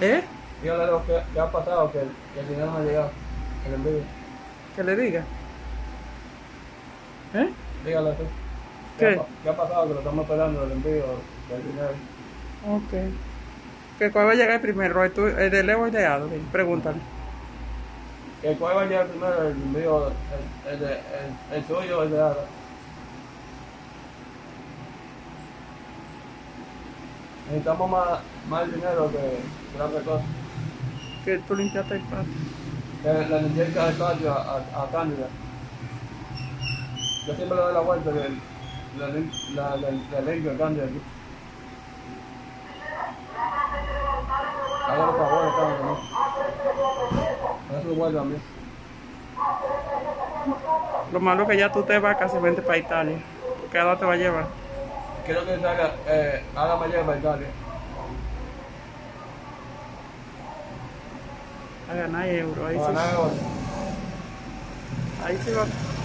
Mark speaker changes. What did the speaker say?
Speaker 1: ¿Eh?
Speaker 2: Dígale lo que, que ha pasado, que el, que el dinero no ha llegado. El envío.
Speaker 1: Que le diga. ¿Eh?
Speaker 2: Dígale así.
Speaker 1: ¿Qué?
Speaker 2: Ha, pa- ¿Qué ha pasado? Que lo estamos esperando, el envío del dinero.
Speaker 1: Ok. ¿Que cuál va a llegar primero? ¿El, tu- el de Leo o el de Adolin? Pregúntale.
Speaker 2: Que cuál va a llegar primero, el envío, el, el, de- el, el suyo, el de Ada. Necesitamos más, más dinero que, que la otra cosa.
Speaker 1: Que tú limpiaste el patio.
Speaker 2: que la limpieza de patio a, a, a Cándida. Yo siempre le doy la vuelta que el- la, lim- la, la, la limpio a Cándida aquí. Hago los favores, Cándida, ¿no? Haz su vuelta a mí.
Speaker 1: Lo malo que ya tú te vas casi vente para Italia. Porque Ada te va a llevar.
Speaker 2: Quiero que salga, eh, haga mayor para Italia.
Speaker 1: A ganar euros. Ahí
Speaker 2: Para
Speaker 1: sí.
Speaker 2: ganar ahora.
Speaker 1: Ahí sí va.